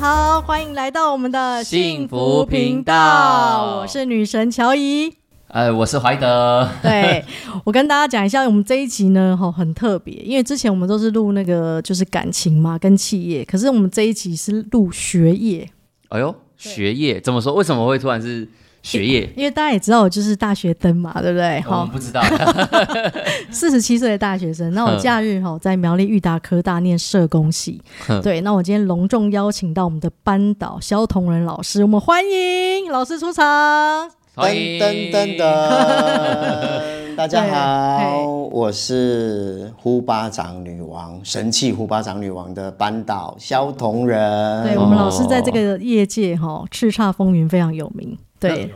好，欢迎来到我们的幸福频道我是女神乔伊。呃，我是怀德，对我跟大家讲一下，我们这一集呢，哈，很特别，因为之前我们都是录那个就是感情嘛，跟企业，可是我们这一集是录学业，哎呦，学业怎么说？为什么会突然是学 业？因为大家也知道我就是大学生嘛，对不对？我哈、们 不知道，四十七岁的大学生。那我假日哈在苗栗育达科大念社工系哼，对。那我今天隆重邀请到我们的班导肖同仁老师，我们欢迎老师出场。欢噔迎噔噔 噔，大家对好，嘿我是呼巴掌女王，神器呼巴掌女王的班导萧同仁。对我们老师在这个业界哈叱咤风云，非常有名。对，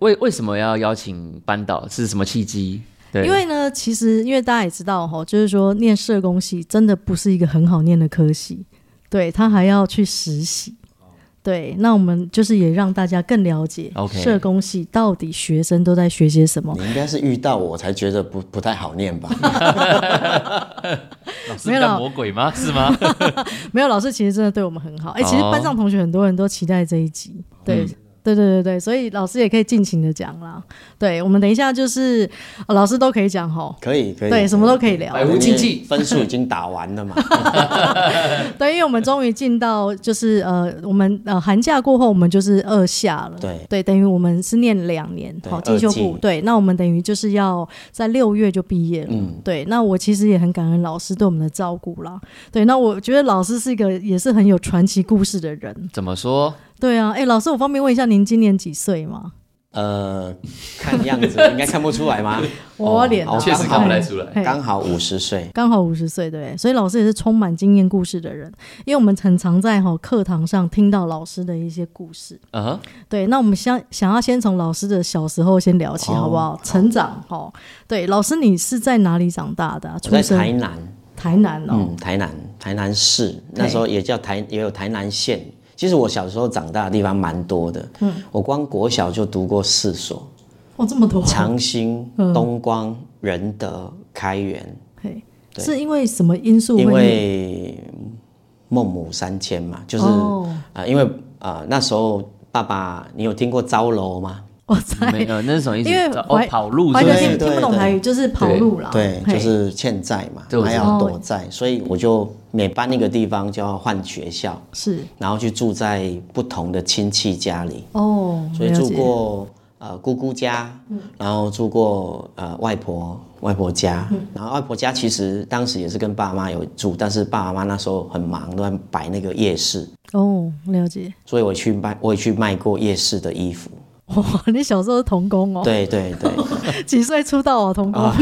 为为什么要邀请班导？是什么契机？对，因为呢，其实因为大家也知道哈，就是说念社工系真的不是一个很好念的科系，对他还要去实习。对，那我们就是也让大家更了解 OK 社工系到底学生都在学些什么。你应该是遇到我才觉得不不太好 念吧？老师没有啦当魔鬼吗？ 是吗？没有老师其实真的对我们很好，哎、其实哦班上同学很多人都期待这一集，对。对对对对，所以老师也可以尽情的讲啦。对，我们等一下就是、呃老师都可以讲吼，可以可以，对，什么都可以聊。百无禁忌因为分数已经打完了 嘛。对，因为我们终于进到就是呃，我们呃寒假过后，我们就是二下了。对对，等于我们是念两年，对好进修部二。季对，那我们等于就是要在六月就毕业了。嗯，对，那我其实也很感恩老师对我们的照顾啦。对，那我觉得老师是一个也是很有传奇故事的人。怎么说？对啊，哎，老师，我方便问一下您今年几岁吗？呃，看样子应该看不出来吗？我脸哦啊确实看不太出来嘿刚好五十岁，刚好五十岁，对不对，所以老师也是充满经验故事的人，因为我们很常在哈、课堂上听到老师的一些故事。嗯哼，对，那我们想想要先从老师的小时候先聊起，哦好不好？成长哈、哦，对，老师你是在哪里长大的、啊？我出在生台南，台南哦，嗯，台南台南市那时候也叫台，也有台南县。其实我小时候长大的地方蛮多的，嗯，我光国小就读过四所，哇、哦这么多，长兴、东光、仁德、开元，嘿，是因为什么因素会因你？为孟母三迁嘛，就是啊、哦呃因为啊、呃那时候爸爸，你有听过招楼吗？哇塞， 没有，那是什么意思？因为哦怀，跑 路怀是不德对听听是？不对懂对台语就是跑路啦，对，嘿啊就是欠债嘛对，我还知道要躲债，所以我就每搬一个地方就要换学校，是然后去住在不同的亲戚家里。哦，所以了住解嗯过呃姑姑家，然后住过呃外婆外婆家，嗯然后外婆家其实当时也是跟爸妈有住，但是爸妈那时候很忙，都在摆那个夜市，哦，了解 所以我去卖我也去卖过夜市的衣服。哇，你小时候是童工哦，对对 对，几岁出道哦，童工、啊、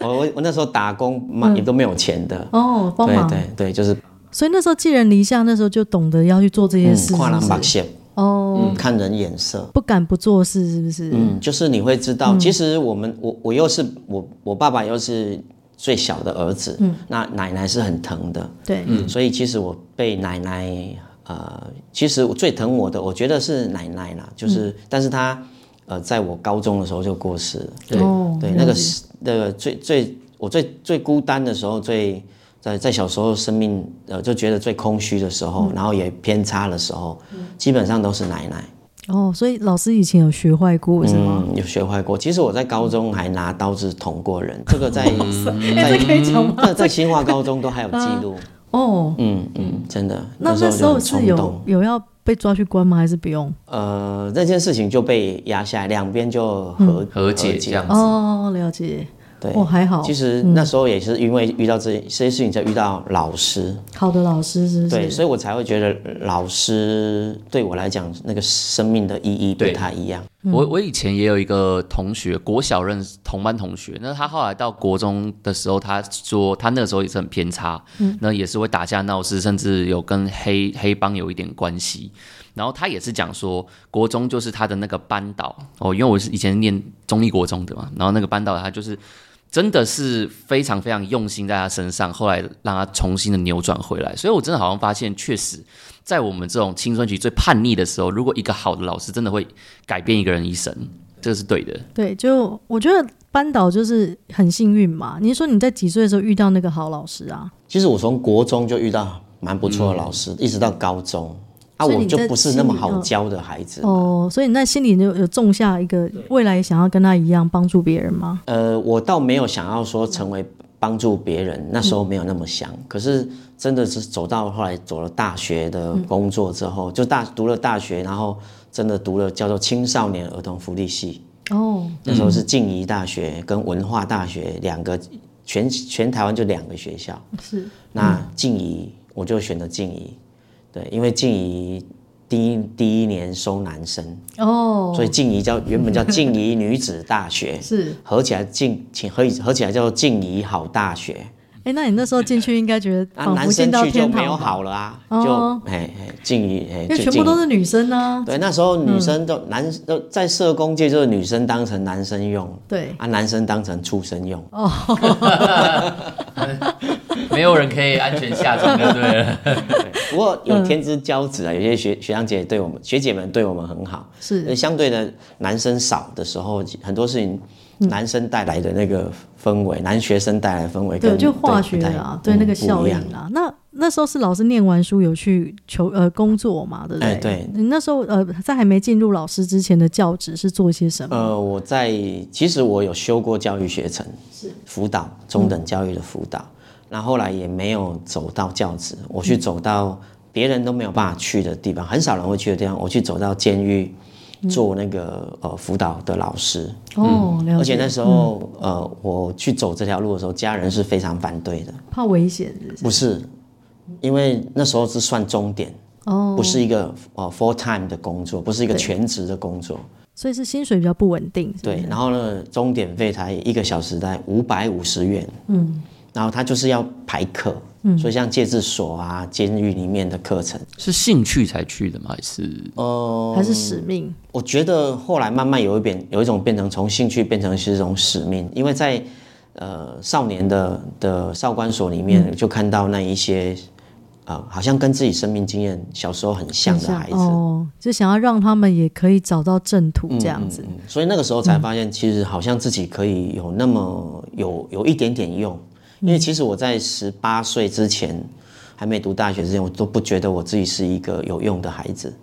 我我我那时候打工嘛、也都没有钱的。 嗯哦，帮对忙，对对，就是所以那时候寄人篱下，那时候就懂得要去做这些嗯事，，跨是栏不把是？线，哦，嗯，看人眼色，不敢不做事，是不是？嗯，就是你会知道，其实我们我我又是我我爸爸又是最小的儿子，嗯那奶奶是很疼的，对，所以其实我被奶奶呃，其实我最疼我的，我觉得是奶奶啦，嗯就是、但是她呃，在我高中的时候就过世了，对哦，对，了那个解是那个最最我最最孤单的时候，最在在小时候生命呃就觉得最空虚的时候，嗯然后也偏差的时候，基本上都是奶奶。哦，所以老师以前有学坏过是吗？嗯，有学坏过。其实我在高中还拿刀子捅过人，这个在哎，在嗯这可以讲吗？在在新化高中都还有记录。哦，嗯嗯，真的，那时那候时就候很是冲有动。有要被抓去关吗？还是不用？呃，那件事情就被压下来，两边就和和解这样。哦，了解。对哦，还好。其实那时候也是因为遇到这这些事情，才遇到老师，好的老师是不对，是？所以我才会觉得老师对我来讲，那个生命的意义不对太一样。我我以前也有一个同学，国小认识同班同学，那他后来到国中的时候，他说他那个时候也是很偏差，那也是会打架闹事，甚至有跟黑黑帮有一点关系。然后他也是讲说，国中就是他的那个班导哦，因为我是以前念中立国中的嘛，然后那个班导他就是真的是非常非常用心在他身上，后来让他重新的扭转回来。所以我真的好像发现，确实在我们这种青春期最叛逆的时候，如果一个好的老师真的会改变一个人一生，这是对的。对，就我觉得班导就是很幸运嘛。你说你在几岁的时候遇到那个好老师啊？其实我从国中就遇到蛮不错的老师，一直到高中。啊，所以我你就在不是那么心里好嗯教的孩子。哦，所以你在心里就有种下一个未来想要跟他一样帮助别人吗？呃，我倒没有想要说成为帮助别人，那时候没有那么想。可是真的是走到后来，走了大学的工作之后，就大读了大学，然后真的读了叫做青少年儿童福利系，哦，那时候是静宜大学跟文化大学两个全全台湾就两个学校。是那静怡，我就选择静怡，对，因为静怡第一第一年收男生，哦，，所以静怡叫原本叫静怡女子大学是合起来静请合合起来叫做静怡好大学哎，那你那时候进去应该觉得啊，仿男佛进生哦到去就天没有堂吧，好了啊，哦就哎哎静怡哎因为就全静部都怡。是嗯女生啊。对，那时候女生都、男都在社工界就是女生当成男生用，对，啊男生当成畜生用，哦没有人可以安全下船，对不对？不过有天之骄子啊，有些学学长姐对我们学姐们对我们很好，是呃相对的，男生少的时候，很多事情嗯男生带来的那个氛围，男学生带来的氛围跟，对，就化学不太啊，对那个嗯不一效应样啊。那那时候是老师念完书有去求呃工作嘛，对不对？哎对你那时候呃在还没进入老师之前的教职是做些什么？呃，我在其实我有修过教育学程，是辅导中等教育的辅导，那后来也没有走到教职，我去走到别人都没有办法去的地方，很少人会去的地方，我去走到监狱做那个呃辅导的老师，哦，了呃嗯而解。且那时候呃我去走这条路的时候，家人是非常反对的。怕危险是不是不是，因为那时候是算终点，哦，不是一个呃 full time 的工作，不是一个对全职的工作。所以是薪水比较不稳定。是不是对，然后呢，钟点费才一个小时才五百五十元，嗯，然后他就是要排课，嗯，所以像戒治所啊、监狱里面的课程， 是兴趣才去的吗？还是还是使命我觉得后来慢慢有一点有一种变成从兴趣变成是一种使命，因为在呃少年的的少管所里面，就看到那一些。啊、好像跟自己生命经验小时候很像的孩子，哦，就想要让他们也可以找到正途嗯这样子。所以那个时候才发现，其实好像自己可以有那么有有一点点用，因为其实我在十八岁之前，还没读大学之前，我都不觉得我自己是一个有用的孩子。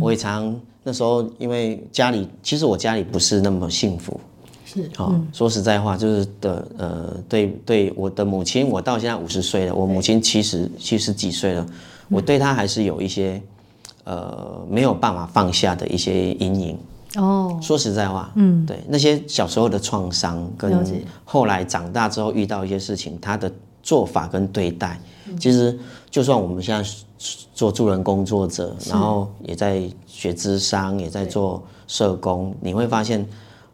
我也常那时候，因为家里其实我家里不是那么幸福，是哦，说实在话，就是的，呃，对对，我的母亲，我到现在五十岁了，我母亲七十七十几岁了，我对她还是有一些呃没有办法放下的一些阴影。哦，说实在话，嗯，对，那些小时候的创伤，了跟解后来长大之后遇到一些事情，他的做法跟对待，嗯其实就算我们现在做助人工作者，然后也在学智商，也在做社工，你会发现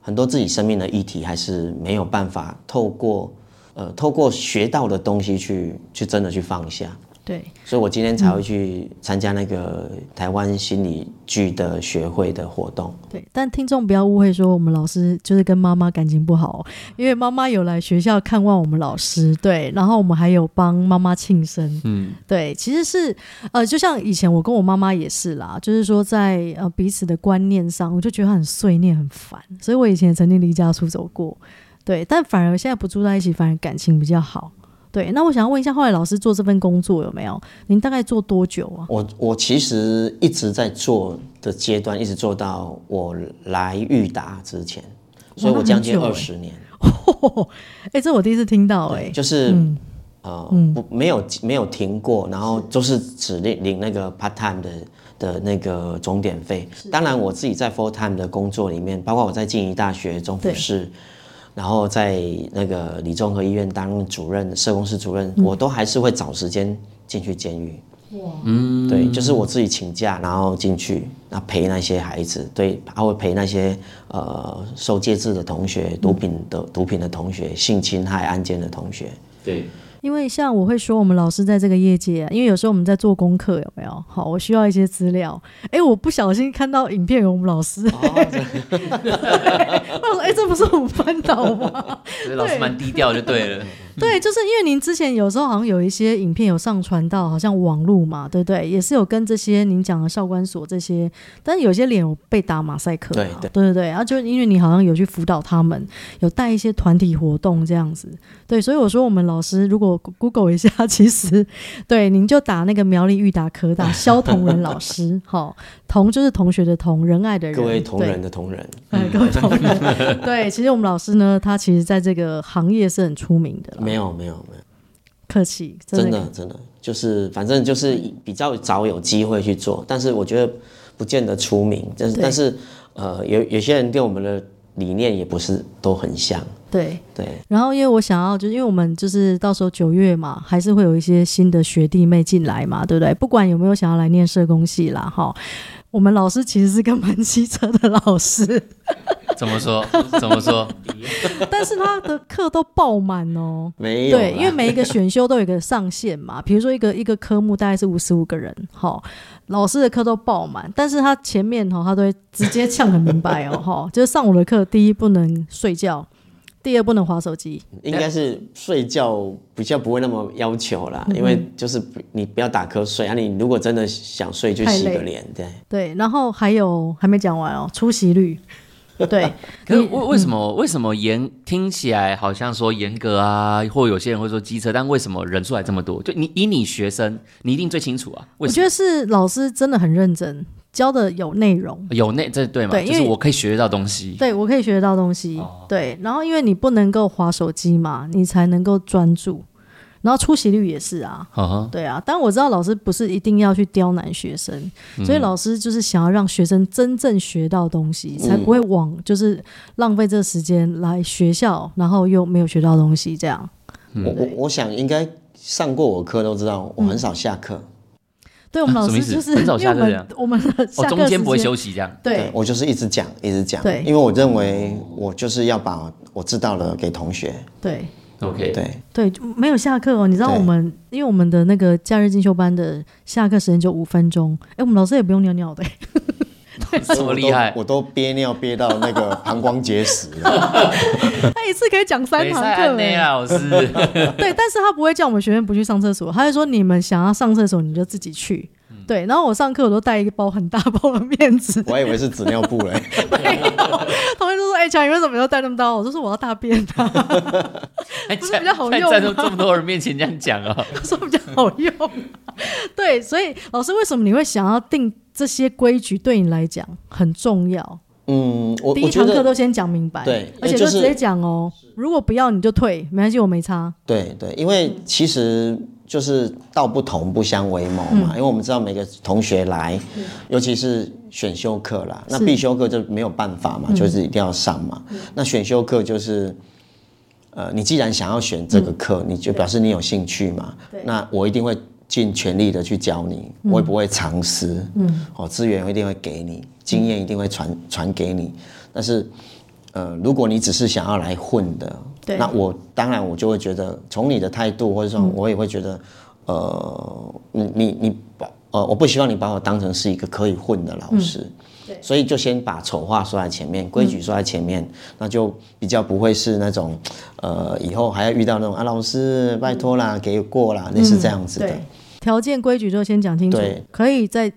很多自己生命的议题还是没有办法透过呃透过学到的东西去去真的去放下。对，所以我今天才会去参加那个台湾心理剧的学会的活动。对，但听众不要误会，说我们老师就是跟妈妈感情不好哦，因为妈妈有来学校看望我们老师，对，然后我们还有帮妈妈庆生，嗯，对，其实是呃，就像以前我跟我妈妈也是啦，就是说在呃彼此的观念上，我就觉得她很碎念很烦，所以我以前也曾经离家出走过，对，但反而现在不住在一起，反而感情比较好。对，那我想要问一下，后来老师做这份工作有没有？您大概做多久啊？我我其实一直在做的阶段，一直做到我来裕达之前，所以我将近哦那很二久欸十年，哎、这我第一次听到、哎，就是、呃、嗯不没有没有停过，然后都是只领领那个 part time 的的那个钟点费。当然，我自己在 full time 的工作里面，包括我在静宜大学中辅对室，然后在那个理综合医院担任主任、社工室主任，嗯我都还是会找时间进去监狱。对，嗯就是我自己请假，然后进去，那陪那些孩子，对，还会陪那些呃受戒制的同学、毒嗯品的毒品的同学、性侵害案件的同学，对，因为像我会说，我们老师在这个业界、啊，因为有时候我们在做功课，有没有？好，我需要一些资料。哎，我不小心看到影片有我们老师，对 我想说，哎，这不是我们班导吗？嗯所以老师蛮低调就对了。对，就是因为您之前有时候好像有一些影片有上传到，好像网路嘛，对不对？也是有跟这些您讲的少管所这些，但是有些脸有被打马赛克、啊，对对对对，然、后就因为你好像有去辅导他们，有带一些团体活动这样子，对，所以我说我们老师如果 Google 一下，其实对您就打那个苗栗裕达科 大肖同仁老师，好，同就是同学的同，仁爱的人，各位同对仁的同仁，哎，各位同仁， 对，其实我们老师呢，他其实在这个行业是很出名的啦。没有没有没有，客气，真的的真的就是反正就是比较早有机会去做，但是我觉得不见得出名，但是对但是呃有有些人跟我们的理念也不是都很像，对。对，然后因为我想要，就是因为我们就是到时候九月嘛，还是会有一些新的学弟妹进来嘛，对不对？不管有没有想要来念社工系啦，哈，我们老师其实是个蛮机车的老师， 怎么说？怎么说？但是他的课都爆满哦。没有啦，对，因为每一个选修都有一个上限嘛，比如说一个一个科目大概是五十五个人，哈、老师的课都爆满，但是他前面哈、他都会直接呛很明白哦，哈、就是上午的课，第一不能睡觉，第二不能划手机，应该是睡觉比较不会那么要求啦，嗯因为就是不你不要打瞌睡啊，你如果真的想睡就太洗累个脸，对，对，然后还有还没讲完哦，出席率，对， 可是为为什么为什么严听起来好像说严格啊，或有些人会说机车，但为什么人数还这么多？就你以你学生，你一定最清楚啊。我为觉什么得是老师真的很认真，教的有内容，有那这对吗？对因就为是我可以学得到东西。对我可以学得到东西，对，然后因为你不能够划手机嘛，你才能够专注，然后出席率也是啊，嗯哼，对啊，但我知道老师不是一定要去刁难学生，所以老师就是想要让学生真正学到东西，才不会往就是浪费这时间来学校，然后又没有学到东西这样。我嗯我我想应该上过我课都知道，我很少下课，嗯对我们啊老什么师意思就是很早因为下我课们我们的我下课中间不会时间休息这样。对我就是一直讲一直讲，对因为我认为我就是要把我知道的给同学，对 OK，对，对，就没有下课哦。你知道对我们因为我们的那个假日进修班的下课时间就五分钟，哎，我们老师也不用尿尿的，欸这么厉害我都我都憋尿憋到那个膀胱结石了， 他一次可以讲三堂课内哎。啊，老师。对，但是他不会叫我们学生不去上厕所，他就说你们想要上厕所你就自己去。嗯对，然后我上课我都带一个包很大包的面 纸，我还以为是纸尿布嘞。同学就说：“哎、乔，你为什么要带那么大包？”我就说：“我要大便啊。 不是比较好用吗在在这么多人面前这样讲 啊，说比较好用。对，所以老师为什么你会想要定这些规矩？对你来讲很重要。嗯，我第我一觉堂课得都先讲明白，对而且就就是直接讲哦，如果不要你就退，没关系，我没差。对对，因为其实就是道不同不相为谋嘛，因为我们知道每个同学来，尤其是选修课啦，那是必修课就没有办法嘛，就是一定要上嘛。那选修课就是。呃，你既然想要选这个课，你就表示你有兴趣嘛。那我一定会尽全力的去教你，我也不会藏私。嗯，哦，资源我一定会给你，经验一定会传传给你。但是，呃，如果你只是想要来混的，对那我当然我就会觉得，从你的态度或者说，我也会觉得，呃，你你你把呃，我不希望你把我当成是一个可以混的老师。所以就先把丑话说在前面，嗯规矩说在前面，那就比较不会是那种，呃，以后还要遇到那种啊，老师拜托啦，给过啦，类似这样子的。嗯对，条件规矩就先讲清楚对，可以再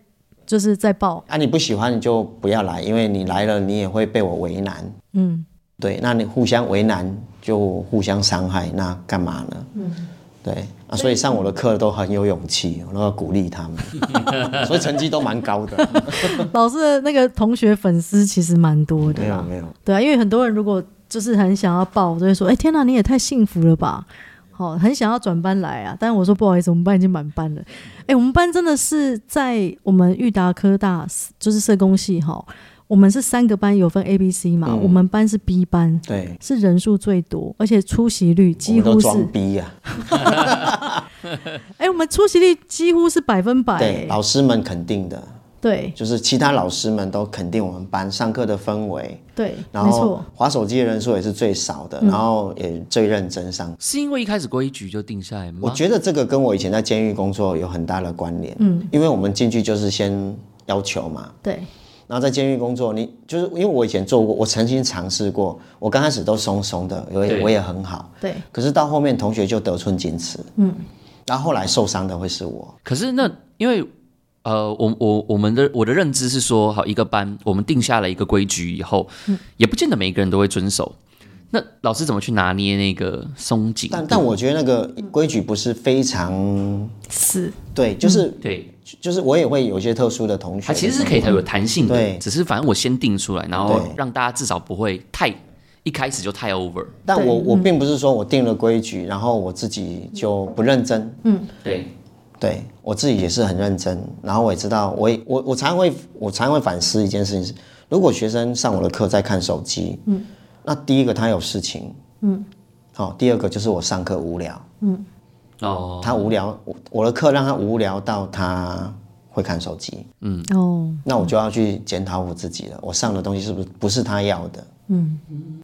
就是再报。啊，你不喜欢你就不要来，因为你来了你也会被我为难。嗯，对，那你互相为难就互相伤害，那干嘛呢？嗯，对啊，所以上我的课都很有勇气，我都要鼓励他们， 所以成绩都蛮高的。老师的那个同学粉丝其实蛮多的没有啦，没有， 对啊，因为很多人如果就是很想要报，就会说：“哎、天哪、你也太幸福了吧！”好、很想要转班来啊，但是我说不好意思，我们班已经满班了。哎、我们班真的是在我们裕达科大，就是社工系哈、我们是三个班有分 A、B、C 嘛，我们班是 B 班，嗯对，是人数最多，而且出席率我几们都乎是，装逼啊呀、哎、我们出席率几乎是百分百、对，哎老师们肯定的。对就是其他老师们都肯定我们班上课的氛围，对，然没后错，嗯划手机的人数也是最少的，然后也最认真上课。是因为一开始规矩就定下来我吗？觉得这个跟我以前在监狱工作有很大的关联，嗯，因为我们进去就是先要求嘛，对然后在监狱工作，你就是因为我以前做过，我曾经尝试过，我刚开始都松松的，我也对我也很好，对，可是到后面同学就得寸进尺，嗯，然后后来受伤的会是我，可是那因为呃，我我我们的我的认知是说，好一个班，我们定下了一个规矩以后，嗯也不见得每一个人都会遵守。那老师怎么去拿捏那个松紧度？但但我觉得那个规矩不是非常是，对，就是、对，就是我也会有一些特殊的同学，它其实是可以很有弹性的，对只是反正我先定出来，然后对让大家至少不会太一开始就太 over。但我我并不是说我定了规矩，然后我自己就不认真，对，对我自己也是很认真，然后我也知道，我也我我常常会我常常会反思一件事情是，如果学生上我的课在看手机，嗯，那第一个他有事情，嗯，好、第二个就是我上课无聊，哦，他无聊，我我的课让他无聊到他会看手机，哦，那我就要去检讨我自己了，我上的东西是不是不是他要的？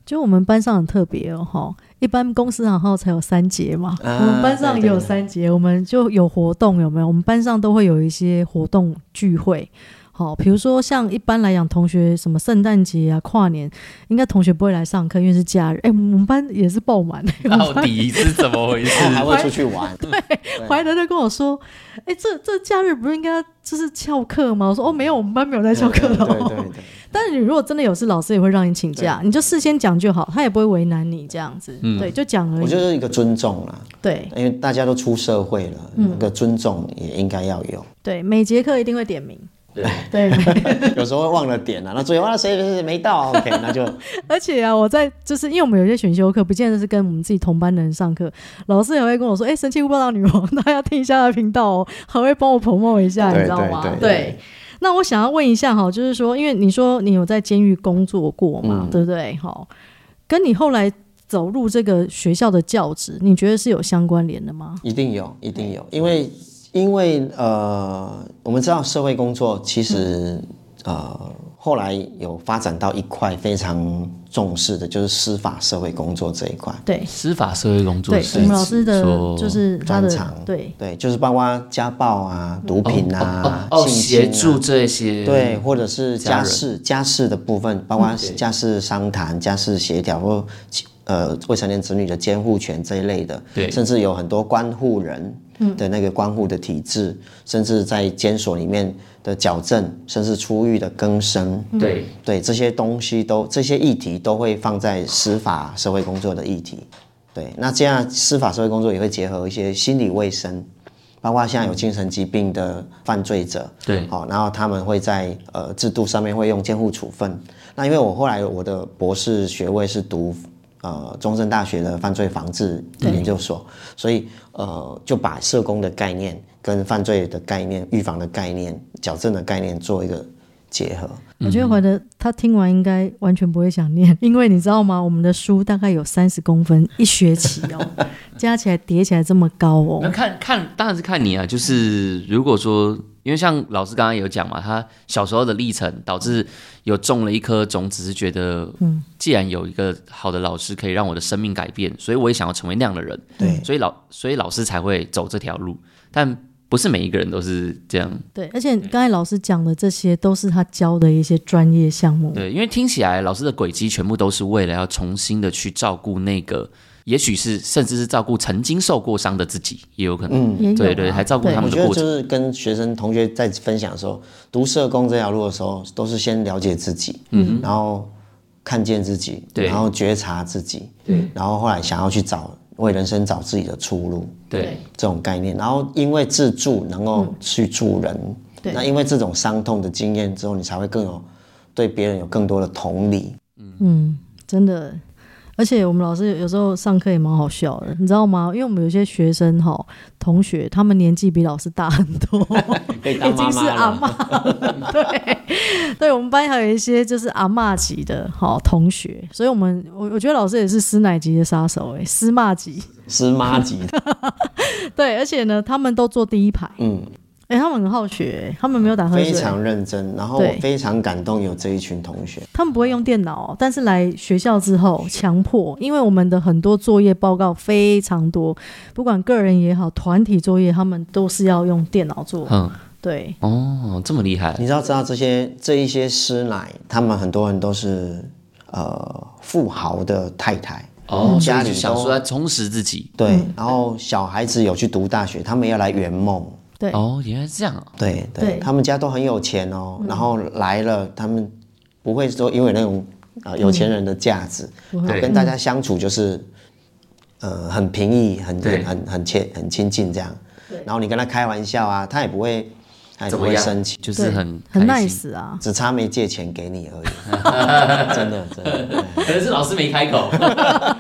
就我们班上很特别哦，哈，一般公司行号才有三节嘛，啊我们班上有三节，我们就有活动有没有？我们班上都会有一些活动聚会。好，比如说像一般来讲，同学什么圣诞节啊、跨年，应该同学不会来上课，因为是假日。哎、我们班也是爆满，到底是怎么回事？然后 还会出去玩，怀德就跟我说：“哎、这这假日不是应该就是翘课吗？”我说：“哦，没有，我们班没有在翘课对的、哦。对对对。但是你如果真的有事，老师也会让你请假，你就事先讲就好，他也不会为难你这样子。对，就讲而嗯嗯我已。觉得是一个尊重啦，对因为大家都出社会了，嗯那个尊重也应该要 有。对，每节课一定会点名。对 对，有时候会忘了点了、那最后啊谁谁谁没到啊，OK，那就 而且啊，我在就是因为我们有些选修课，不见得是跟我们自己同班的人上课，老师也会跟我说：“哎、神奇五报道女王，大家要听一下她的频道哦，还会帮我 promo 一下，你对知道吗？”对对那我想要问一下哈，就是说，因为你说你有在监狱工作过嘛，嗯对不对？哈，跟你后来走入这个学校的教职，你觉得是有相关联的吗？一定有，一定有，因为因为呃，我们知道社会工作其实、嗯呃后来有发展到一块非常重视的，就是司法社会工作这一块。对， 司法社会工作对，室我们老师的说就是他的专长对对，就是包括家暴啊、毒品啊、哦，性协侵啊助这些，对，或者是家家人嗯事家事的部分，包括家事商谈、家事协调或呃未成年子女的监护权这一类的，对甚至有很多关护人的那个关护的体制，甚至在监所里面的矫正，甚至出狱的更生，对，对这些东西都这些议题都会放在司法社会工作的议题。对，那这样司法社会工作也会结合一些心理卫生，包括现在有精神疾病的犯罪者，对好、然后他们会在呃制度上面会用监护处分。那因为我后来我的博士学位是读呃中正大学的犯罪防治研究所，所以呃就把社工的概念跟犯罪的概念、预防的概念、矫正的概念做一个结合。我觉得怀嗯德他听完应该完全不会想念， 因为你知道吗？我们的书大概有三十公分一学期 哦，加起来叠起来这么高那哦。看看当然是看你啊，就是如果说，因为像老师刚刚有讲嘛，他小时候的历程导致有种了一颗种子，是觉得，嗯，既然有一个好的老师可以让我的生命改变，所以我也想要成为那样的人，对所以老所以老师才会走这条路，但不是每一个人都是这样，对，而且刚才老师讲的这些都是他教的一些专业项目。对，因为听起来老师的轨迹全部都是为了要重新的去照顾那个。也许是，甚至是照顾曾经受过伤的自己，也有可能。也有啊对对，还照顾对他我们觉的得过就程。是跟学生同学在分享的时候，读社工这条路的时候，都是先了解自己，嗯，然后看见自己，对然后觉察自己，对，然后后来想要去找为人生找自己的出路对，这种概念，然后因为自助能够去助人，嗯对那因为这种伤痛的经验之后，你才会更有对别人有更多的同理，嗯，真的。而且我们老师有时候上课也蛮好笑的，你知道吗？因为我们有些学生哈，同学他们年纪比老师大很多，可以 已经 是阿了。嬷了， 对，对我们班还有一些就是阿嬷级的好同学，所以我们我我觉得老师也是师奶级的杀手、欸，哎，师骂级， 师妈级，对，而且呢，他们都坐第一排，嗯，哎、他们很好学、他们没有打瞌非睡，常认真，然后我对非常感动有这一群同学，他们不会用电脑，但是来学校之后强迫，因为我们的很多作业报告非常多，不管个人也好，团体作业他们都是要用电脑做，嗯，对，哦，这么厉害，你知道知道这些这一些师奶，他们很多人都是呃富豪的太太，嗯哦，家里所以就想都说要充实自己，对，然后小孩子有去读大学，他们要来圆梦。对哦，原来是这样啊，对对嗯对，他们家都很有钱哦，然后来了，他们不会说因为那种啊、呃有钱人的架子，嗯不然后对跟大家相处就是呃很平易，很对很很很亲很亲近这样对。然后你跟他开玩笑啊，他也不会，他也怎不么会样生气，就是对，很很开心 nice 啊，只差没借钱给你而已。 真的真的，可能是老师没开口，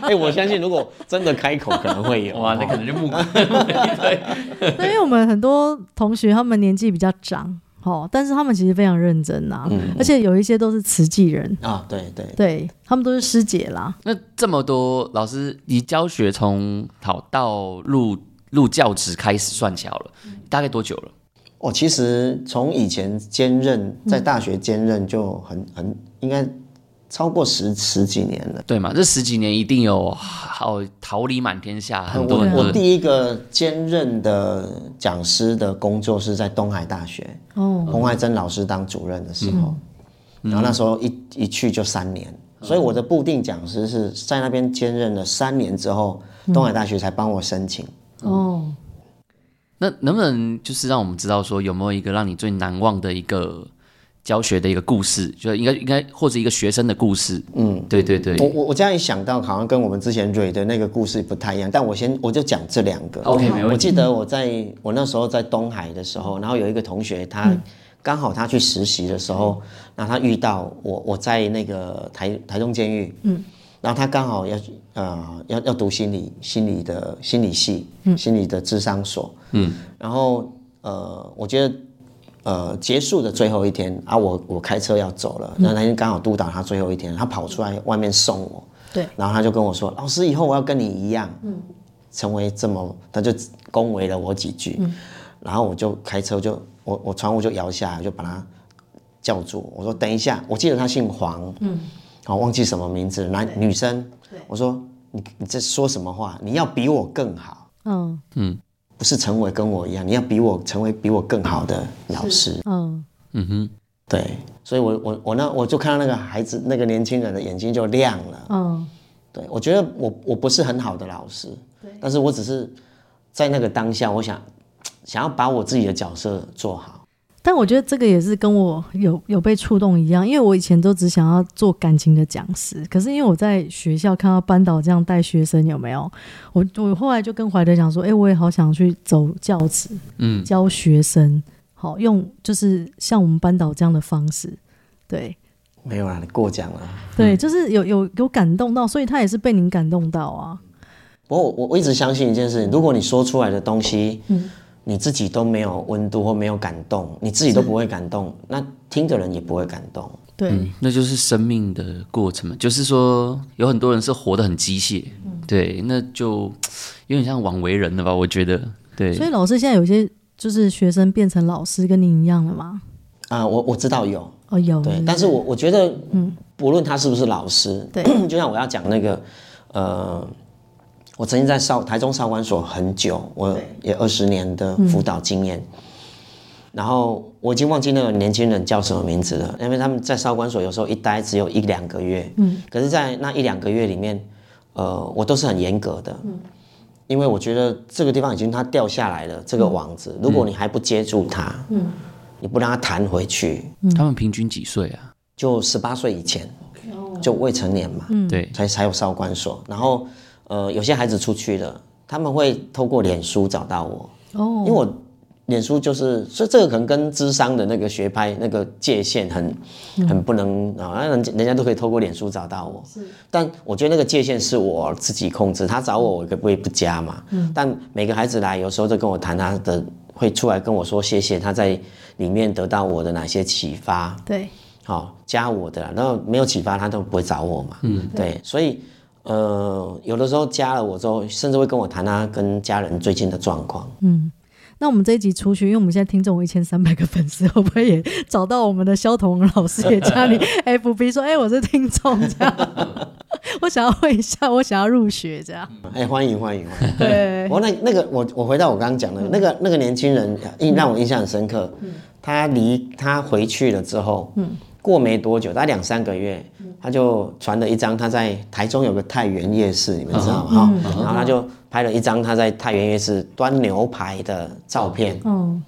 哎、我相信如果真的开口，可能会 有哇，那可能就木一堆 对，因为我们很多同学他们年纪比较长，哦，但是他们其实非常认真啊，而且有一些都是慈济人，啊，对对对他们都是师姐啦，那这么多老师，你教学从好到入入教职开始算起来好了，大概多久了？哦，其实从以前兼任在大学兼任就很很应该超过十十几年了。对嘛，这十几年一定有好桃李满天下，很多我很多我人第一个兼任的讲师的工作是在东海大学，哦，洪怀珍老师当主任的时候，然后那时候一一去就三年，所以我的固定讲师是在那边兼任了三年之后，东海大学才帮我申请。哦，那能不能就是让我们知道说有没有一个让你最难忘的一个教学的一个故事，就应该应该或者一个学生的故事？嗯，对对对我我我这样一想到，好像跟我们之前蕊的那个故事不太一样，但我先我就讲这两个。 ，OK，没哦我问题。记得我在我那时候在东海的时候，然后有一个同学，他刚好他去实习的时候，然后他遇到我，我在那个台台中监狱，嗯，然后他刚好要呃要要读心理心理的心理系，心理的智商所，嗯，然后呃，我觉得。呃，结束的最后一天啊，我我开车要走了，那那天刚好督导他最后一天，他跑出来外面送我，对，然后他就跟我说，老师以后我要跟你一样，成为这么，他就恭维了我几句，然后我就开车就我我窗户就摇下来，就把他叫住，我说等一下，我记得他姓黄，嗯，好、忘记什么名字，男女生，我说你你在说什么话？你要比我更好，嗯不是成为跟我一样，你要比我成为比我更好的老师，嗯，嗯哼，对，所以我我我那我就看到那个孩子那个年轻人的眼睛就亮了。嗯，对，我觉得我我不是很好的老师，但是我只是在那个当下，我想想要把我自己的角色做好。但我觉得这个也是跟我有有被触动一样，因为我以前都只想要做感情的讲师，可是因为我在学校看到班导这样带学生，有没有？我我后来就跟怀德讲说，哎、我也好想去走教职，嗯，教学生，好用就是像我们班导这样的方式，对没有啦，你过奖了。对，就是有有有感动到，所以他也是被您感动到啊，不过我我我一直相信一件事情，如果你说出来的东西，你自己都没有温度或没有感动，你自己都不会感动，那听的人也不会感动。对，嗯那就是生命的过程嘛，就是说有很多人是活得很机械，嗯对，那就有点像枉为人了吧？我觉得，对，所以老师现在有些就是学生变成老师，跟您一样了吗？啊、我我知道有，哦，有，对不，但是我我觉得，嗯，不论他是不是老师，对 就像我要讲那个，呃，我曾经在少台中少管所很久，我也二十年的辅导经验，然后我已经忘记那个年轻人叫什么名字了，因为他们在少管所有时候一待只有一两个月，嗯，可是，在那一两个月里面，呃，我都是很严格的，因为我觉得这个地方已经它掉下来了，这个网子，如果你还不接住它，嗯，你不让它弹回去，他们平均几岁啊？就十八岁以前，就未成年嘛，对，才才有少管所。然后，呃，有些孩子出去了，他们会透过脸书找到我，因为哦，我脸书就是，所以这个可能跟智商的那个学派那个界限很很不能啊，那人家人家都可以透过脸书找到我，但我觉得那个界限是我自己控制，他找我我也不会不加嘛，但每个孩子来有时候就跟我谈他的，会出来跟我说谢谢，他在里面得到我的哪些启发，对，好、哦加我的啦，然后没有启发他都不会找我嘛。嗯，对，所以呃，有的时候加了我之后，甚至会跟我谈他跟家人最近的状况。那我们这一集出去，因为我们现在听众有一千三百个粉丝，会不会也找 到我们的萧彤老师，也加你 FB 说，哎、我是听众这样？我想要问一下，我想要入学这样。哎、欢迎欢迎欢迎！对，我那那个我我回到我刚刚讲的那个那个年轻人印让我印象很深刻，他离他回去了之后，过没多久，大概两三个月，他就传了一张他在台中有个太原夜市，你们知道吗？哈然后他就拍了一张他在太原夜市端牛排的照片。嗯，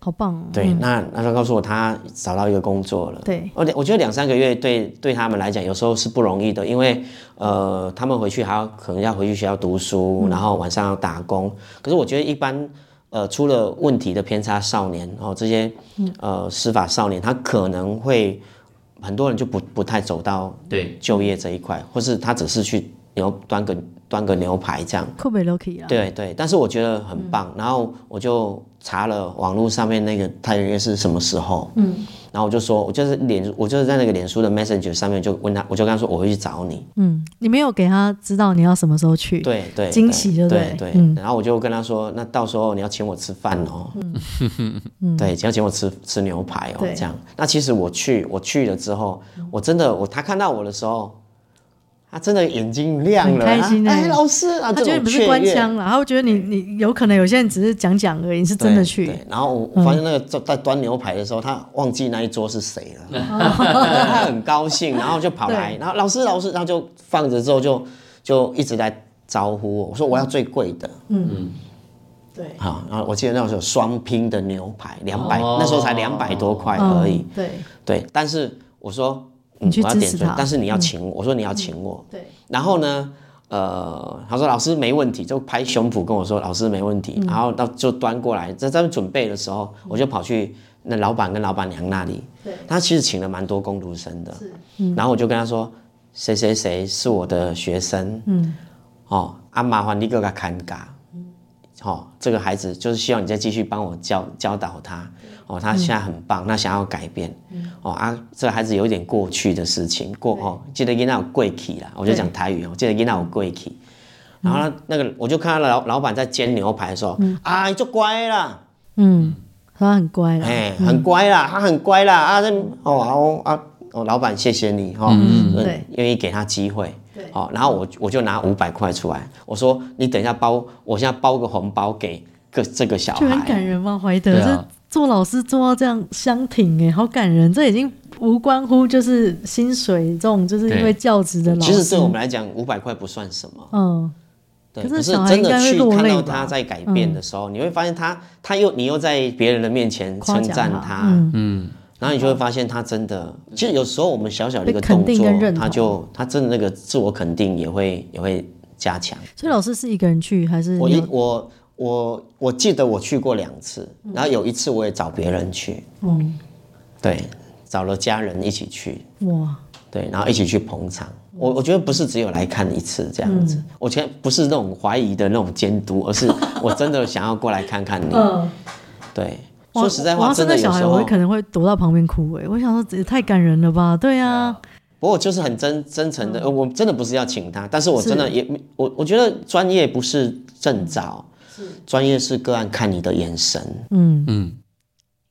好棒哦。对，那那他告诉我他找到一个工作了。对，我我觉得两三个月对对他们来讲有时候是不容易的，因为呃，他们回去还要可能要回去学校读书，然后晚上要打工。可是我觉得一般呃出了问题的偏差少年哦，这些呃司法少年，他可能会很多人就不不太走到对就业这一块，或是他只是去牛端个端个牛排这样。酷北 Loki 啊，对对，但是我觉得很嗯棒。然后我就查了网络上面那个太原夜市什么时候，嗯，然后我就说，我就是脸，我就是在那个脸书的 Messenger 上面就问他，我就跟他说我会去找你。嗯，你没有给他知道你要什么时候去，对对，惊喜就对对对。嗯然后我就跟他说，那到时候你要请我吃饭哦， 对，你要请我吃吃牛排嗯哦对，嗯这样。那其实我去我去了之后，我真的我他看到我的时候。他真的眼睛亮很了，开心啊欸哎，老师啊，他这觉得你种不雀是官跃腔了，他会觉得你你有可能有些人只是讲讲而已，你是对真的去嗯对，然后我我发现那个在在端牛排的时候，他忘记那一桌是谁了， 他很高兴，然后就跑来，然后老师老师，然后就放着之后就就一直在招呼我，我说我要最贵的，嗯对，好，然后我记得那时候有双拼的牛排，两百、哦那时候才两百多块嗯而已，对对，但是我说。你去我要支点持缀他嗯但是你要请我，我说你要请我，对，然后呢，呃，他说老师没问题，就拍胸脯跟我说老师没问题。嗯然后到就端过来，在在准备的时候，我就跑去那老板跟老板娘那里。对，他其实请了蛮多工读生的。然后我就跟他说，谁谁谁是我的学生。嗯。哦，啊，麻烦你给我他看嘎。哦，这个孩子就是希望你再继续帮我教教导他。哦，嗯他现在很棒，他想要改变。哦啊，这个孩子有一点过去的事情，过哦，记得跟他有贵气啦，我就讲台语哦，记得跟他有贵气。嗯然后那个我就看到老老板在煎牛排的时候，啊，你就乖啦，嗯，他很乖啦，哎，很乖啦，嗯他很乖啦，啊，这哦好啊，哦，老板谢谢你哦，嗯对愿意给他机会。好、然后我我就拿五百块出来，我说你等一下包，我现在包个红包给个这个小就很孩，感人嘛。怀德对这啊做老师做到这样相挺，哎，好感人。这已经无关乎就是薪水这种，就是因为对教职的老其师，实对我们来讲五百块不算什么，嗯，对，可是可是小孩真应的该会去落看泪到吧嗯他在改变的时候，你会发现他，他又你又在别人的面前夸称奖赞他他，嗯然后你就会发现他真的，其实有时候我们小小的一被个肯动定作跟认，同他就他真的那个自我肯定也会也会加强。所以老师是一个人去还是我一有我我我记得我去过两次，然后有一次我也找别人去，嗯对，找了家人一起去，哇对，然后一起去捧场。我我觉得不是只有来看一次这样子，嗯我觉得不是那种怀疑的那种监督，而 是我真的想要过来看看你。嗯，对，哇说实在我话，要是真那的小有孩，时我候会，可能会躲到旁边哭哎，我想说这也太感人了吧？对啊，不过就是很真真诚嗯的，呃我真的不是要请他，但是我真的也我我觉得专业不是证照，专业是个案看你的眼神，嗯，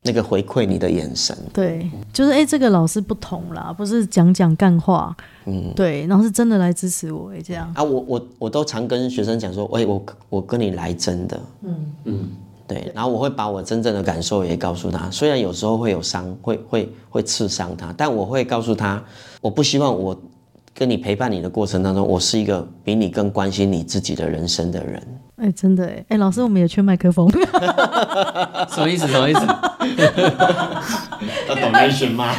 那个回馈你的眼神。对，就是哎、这个老师不同啦，不是讲讲干话，嗯，对，然后是真的来支持我哎，这样，啊，我我我都常跟学生讲说，喂、我我跟你来真的，嗯嗯，对，然后我会把我真正的感受也告诉他，虽然有时候会有伤，会会会刺伤他，但我会告诉他，我不希望我跟你陪伴你的过程当中，我是一个比你更关心你自己的人生的人。哎、真的哎、哎、老师我们也缺麦克风。什么意思？什么意思？ 要 donation 吗？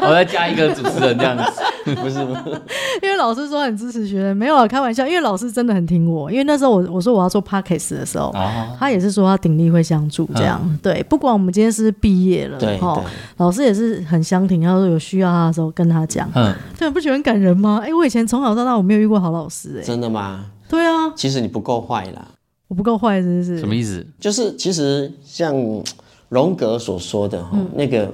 我再加一个主持人这样 子。不是，不是 因为老师说很支持学生，没有啊，开玩笑。因为老师真的很听我，因为那时候我我说我要做 p o d c a s t 的时候，啊他也是说他鼎力会相助这样。对，不管我们今天是不是毕业了，对齁对老师也是很相挺，要是有需要他的时候跟他讲。嗯，对，不觉得很感人吗？哎、我以前从小到大我没有遇过好老师、哎，真的吗？对啊，其实你不够坏啦，我不够坏，是不是？什么意思？就是其实像荣格所说的哈、嗯那个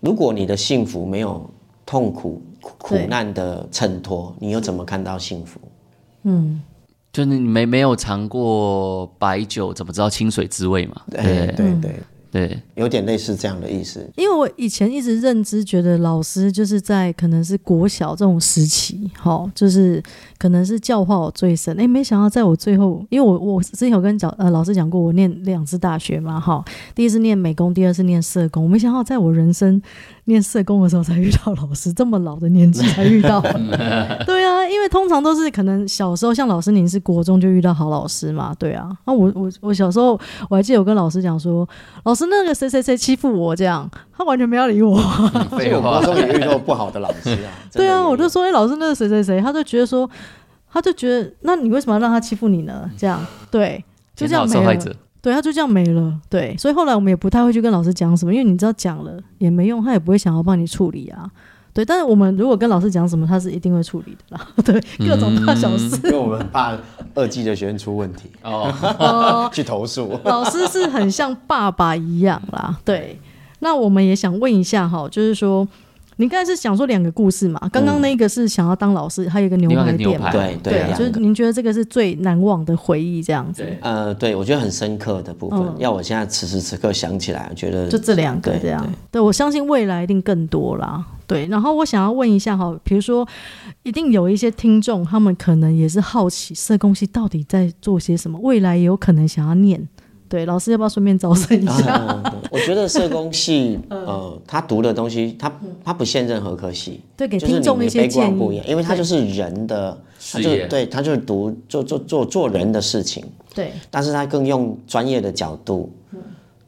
如果你的幸福没有痛苦苦苦对难的衬托，你又怎么看到幸福？嗯，就是你没没有尝过白酒，怎么知道清水滋味嘛？对对对， 对，哎有点类似这样的意思。因为我以前一直认知觉得老师就是在可能是国小这种时期，好，就是可能是教化我最深。哎，没想到在我最后，因为我我之前有跟讲呃老师讲过，我念两次大学嘛，哈，第一次念美工，第二次念社工。我没想到在我人生念社工的时候才遇到老师，这么老的年纪才遇到。对啊，因为通常都是可能小时候像老师，您是国中就遇到好老师嘛，对啊。那、我我我小时候我还记得我跟老师讲说，老师那个谁谁谁欺负我这样，他完全没要理我。所以我高中也遇到不好的老师啊。 对 真的啊，有我就说，哎、老师那个谁谁谁，他就觉得说，他就觉得，那你为什么要让他欺负你嗯呢？这样，对，就这样检没讨受害了。者，对，他就这样没了。对，所以后来我们也不太会去跟老师讲什么，因为你知道讲了也没用，他也不会想要帮你处理啊。对，但是我们如果跟老师讲什么，他是一定会处理的啦。 对，各种大小事。因为我们很怕二季的学生出问题，哦， 哦， 去投诉。老师是很像爸爸一样啦。对，那我们也想问一下哈，就是说，你刚才是想说两个故事嘛？刚嗯刚那个是想要当老师，还有一个牛另外一排个牛店嘛排？对对两就是个您觉得这个是最难忘的回忆，这样子，对，呃，对，我觉得很深刻的部分，嗯要我现在此时此刻想起来，我觉得就这两个对这样。对我相信未来一定更多啦。对，然后我想要问一下哈，比如说，一定有一些听众，他们可能也是好奇社工系到底在做些什么，未来也有可能想要念。对，老师要不要顺便招生一下？啊我觉得社 工系，嗯呃，他读的东西，他他不限任何科系，对，给就是听你众一你些 b 建 a 不一议样，。因为他就是人的，他就事业对，他就是读做做做做人的事情，对，但是他更用专业的角度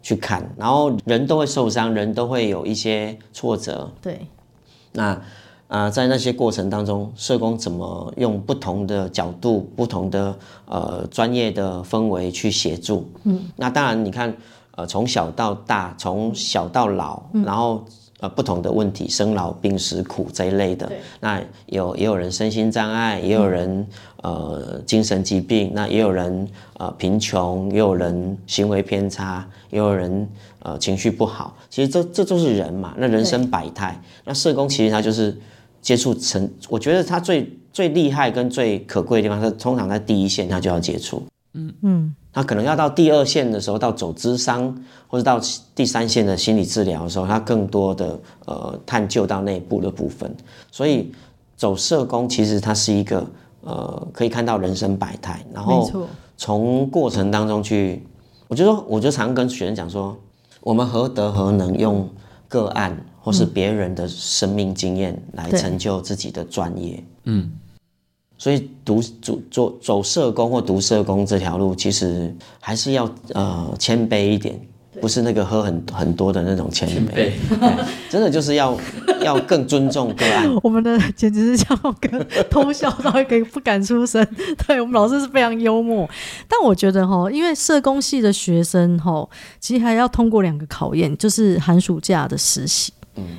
去看，然后人都会受伤，人都会有一些挫折，对，那啊、呃在那些过程当中，社工怎么用不同的角度、不同的呃专业的氛围去协助？嗯，那当然，你看，呃，从小到大，从小到老，然后呃不同的问题，生老病死苦这一类的对，那有也有人身心障碍，也有人、呃精神疾病，那也有人呃贫穷，也有人行为偏差，也有人呃情绪不好。其实这这都是人嘛，那人生百态。那社工其实他就是接触成，我觉得他最最厉害跟最可贵的地方，他通常在第一线他就要接触。嗯，他可能要到第二线的时候，到走智商或者到第三线的心理治疗的时候，他更多的呃探究到内部的部分。所以走社工其实它是一个呃可以看到人生百态，然没后错，从过程当中去，我就说我就常跟学生讲说，我们何德何能用个案或是别人的生命经验来嗯对成就自己的专业。嗯，所以读走走走社工或读社工这条路，其实还是要呃谦卑一点，不是那个喝很很多的那种谦卑，对，真的就 是要要更尊重个案。我们的简直是像个偷笑到一个不敢出声。 对我们老师是非常幽默，但我觉得哈，因为社工系的学生哈，其实还要通过两个考验，就是寒暑假的实习。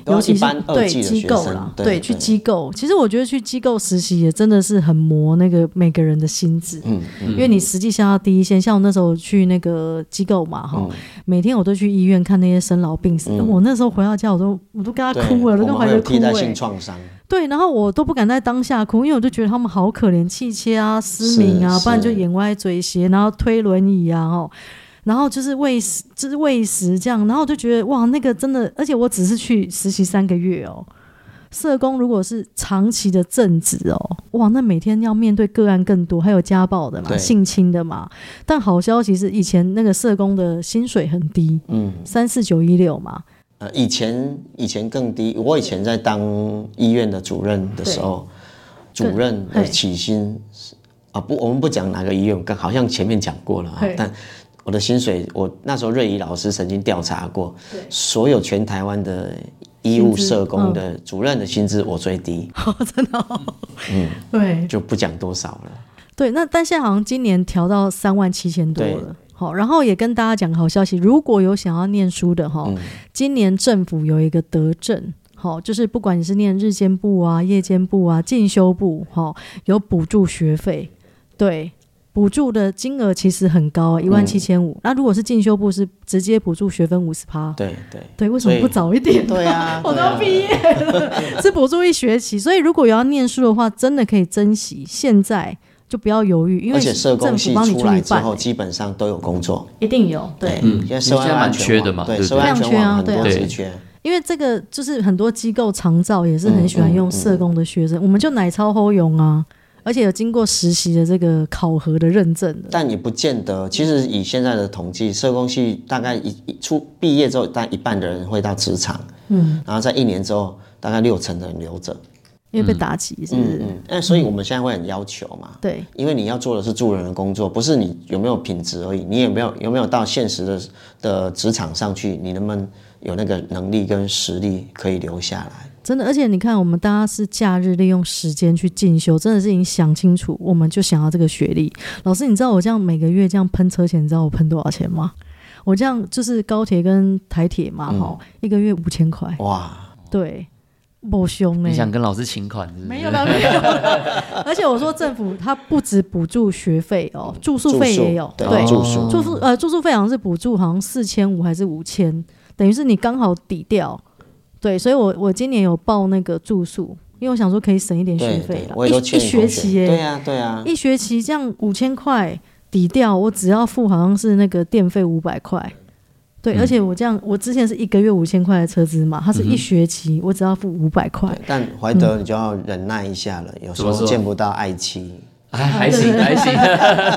都尤要其一是般二对技的机学构生啦，，对，去机构。其实我觉得去机构实习也真的是很磨那个每个人的心智，嗯因为你实际上要第一线，像我那时候去那个机构嘛，哈、嗯每天我都去医院看那些生老病死。我那时候回到家，我都我都跟他对，哭了，都我跟们怀会德有哭替代哎、性创伤，对，然后我都不敢在当下哭，因为我就觉得他们好可怜，气切啊、失明啊，是不然就是眼歪嘴斜，然后推轮椅啊，哦，然后就是喂食，就是喂食这样，然后我就觉得哇，那个真的，而且我只是去实习三个月哦。社工如果是长期的正职哦，哇，那每天要面对个案更多，还有家暴的嘛、对性侵的嘛。但好消息是，以前那个社工的薪水很低，嗯。三四九一六嘛，呃，以前以前更低，我以前在当医院的主任的时候，对主任的嘿起薪是啊不，我们不讲哪个医院，刚好像前面讲过了啊嘿，但我的薪水，我那时候瑞怡老师曾经调查过，所有全台湾的医薪务资嗯社工的主任的薪资我最低，真的、哦，对，就不讲多少了。对，那但现在好像今年调到三万七千多对了。好，然后也跟大家讲个好消息，如果有想要念书的嗯哈，今年政府有一个德政。好，就是不管你是念日间部啊、夜间部啊、进修部，哈，有补助学费，对，补助的金额其实很嗯高，啊一万七千五。那如果是进修部，是直接补助学分五十趴。对对对，为什么所以不早一点？对啊， 我都对要啊毕业 了，是补助一学期，所以如果有要念书的话，真的可以珍惜现在就不要犹豫，因而为且社工政系府帮你出处理来之办后，，基本上都有工作。一定有对。嗯，现在社会现在蛮安缺全的网嘛对对，不社会对安非全常网很缺啊多对啊职缺，因为这个就是很多机构长照也是很喜欢用社工的学嗯生，我们就奶超后勇啊，而且有经过实习的这个考核的认证的，但也不见得。其实以现在的统计，社工系大概一一出毕业之后，大概一半的人会到职场，嗯，然后在一年之后，大概六成的人留着，因为被打击是不是？嗯，那所以我们现在会很要求嘛，对，因为你要做的是助人的工作，不是你有没有品质而已，你有没有有没有到现实的的职场上去，你能不能有那个能力跟实力可以留下来？真的，而且你看，我们大家是假日利用时间去进修，真的是已经想清楚，我们就想要这个学历。老师，你知道我这样每个月这样喷车钱，你知道我喷多少钱吗？ 我这样就是高铁跟台铁嘛，哈、一个月五千块，哇，对，不凶哎、你想跟老师请款是嗯不是？没有啦，没有 啦。而且我说政府它不止补助学费哦，住宿费也有，对对，嗯住宿住宿呃住宿费好像是补助，好像四千五还是五千，等于是你刚好抵掉。对，所以我我今年有报那个住宿，因为我想说可以省一点学对费对啦，，我一也都一劝学同期学耶、对啊对啊，一学期这样五千块抵掉，我只要付好像是那个电费五百块。对，嗯而且我这样，我之前是一个月五千块的车资嘛，它是一学期，我只要付五百块对，但怀德你就要忍耐一下了，有时怎么候说见不到爱妻，哎，还行还 行，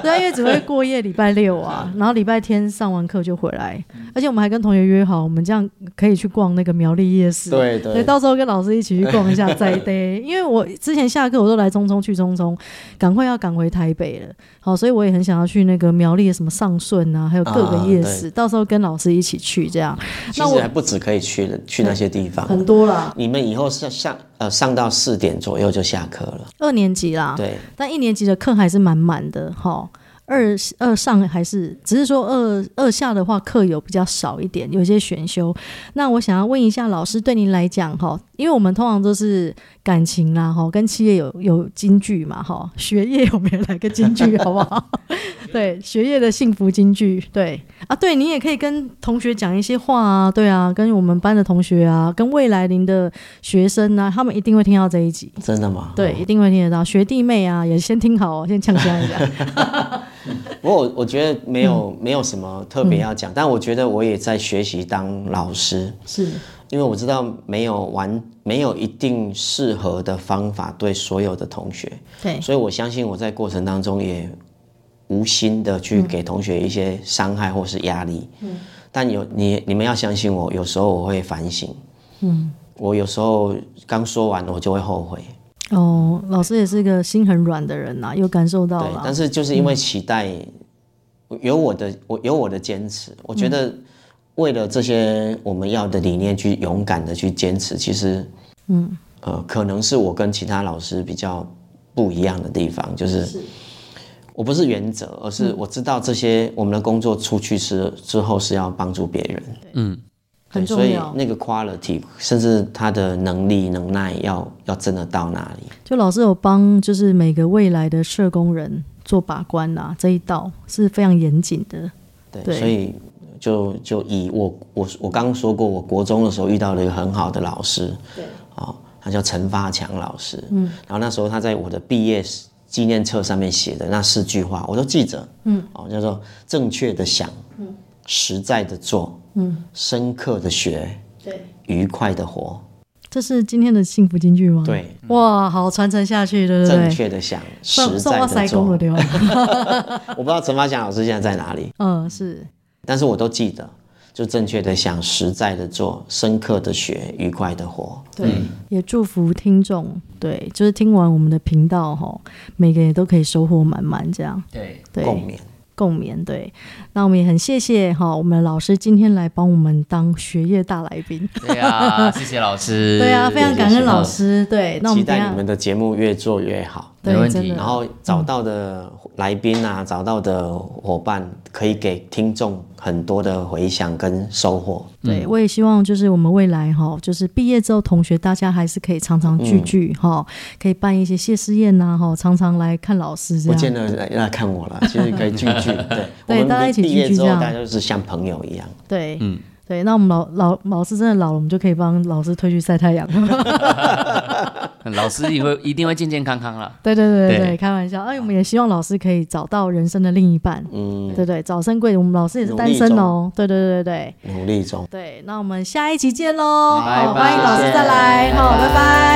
对，啊因为只会过夜礼拜六 啊，然后礼拜天上完课就回来，嗯而且我们还跟同学约好，我们这样可以去逛那个苗栗夜市。对对到时候跟老师一起去逛一下 在地，因为我之前下课我都来匆匆去匆匆，赶快要赶回台北了。好，所以我也很想要去那个苗栗的什么上顺啊，还有各个啊夜市，到时候跟老师一起去这样。其那我嗯实还不止可以去的，去那些地很方。多啦，你们以后上上呃上到四点左右就下课了，二年级啦，对，但一年级的课还是满满的哈。二二上还是只是说二二下的话，课有比较少一点，有一些选修。那我想要问一下老师，对您来讲哈，因为我们通常都是感情啦哈，跟企业有有金句嘛哈，学业有没有来个金句好不好？对，学业的幸福金句，对啊，对你也可以跟同学讲一些话啊，对啊，跟我们班的同学啊，跟未来您的学生啊，他们一定会听到这一集。真的吗？对，一定会听得到。学弟妹啊，也先听好、哦， 先呛呛一下。不过我我觉得没有没有什么特别要讲，但我觉得我也在学习当老师，是，因为我知道没有完没有一定适合的方法对所有的同学，对，所以我相信我在过程当中也无心的去给同学一些伤害或是压力。嗯，但有你你们要相信我，有时候我会反省。嗯，我有时候刚说完我就会后悔。哦，老师也是个心很软的人呐、啊有感受到对，了嗯但。是就是因为期待，有我的我有我的坚持，我觉得嗯为了这些我们要的理念去勇敢的去坚持，其实，嗯，呃，可能是我跟其他老师比较不一样的地方，就是。我不是原则，而嗯是我知道这些我们的工作出去是之后是要帮助别人，很对重所以要那个 quality 甚至他的能力能耐要要真的到哪里。就老师有帮，就是每个未来的社工人做把关呐、这一道是非常严谨的。对，对所以就就以我我我刚刚说过，我国中的时候遇到了一个很好的老师，对，哦，他叫陈发强老师，嗯，然后那时候他在我的毕业纪念册上面写的那四句话，我都记着，嗯，哦，叫做正确的想，嗯，实在的做，嗯，深刻的学，对，愉快的活，这是今天的幸福金句吗？，对，哇，好传承下去，对对正对。确的想，算实算在我塞的工了做，对吧？ 我不知道陈发强老师现在在哪里，嗯，是但是我都记得，就正确的想，实在的做，深刻的学，愉快的活。对，也祝福听众，对，就是听完我们的频道吼，每个人都可以收获满满，这样对，对。共勉。共勉。对，那我们也很谢谢哈，我们的老师今天来帮我们当学业大来宾。对啊，谢谢老师，对啊，非常感恩老师。对，那我期们等一待下嗯你们的节目越做越好，没对，问题真然的后找到的来宾啊，找到的伙伴，可以给听众很多的回响跟收获。对，我也希望就是我们未来哈，就是毕业之后同学大家还是可以常常聚聚嗯哈，可以办一些谢师宴呐哈，常常来看老师这不见样。得来来看我了，其实可以聚 聚。对，对我大家一们起毕聚聚毕业之后，这样大家就是像朋友一样。对，对，那我们老老老师真的老了，我们就可以帮老师推去晒太阳。很老师也会一定会健健康康啦。对对对对对对，开玩笑。哎，我们也希望老师可以找到人生的另一半。嗯，对对，早生贵子，我们老师也是单身哦。对对对对对努力中。对，那我们下一集见喽！拜拜好欢迎老师再来，谢谢好，拜拜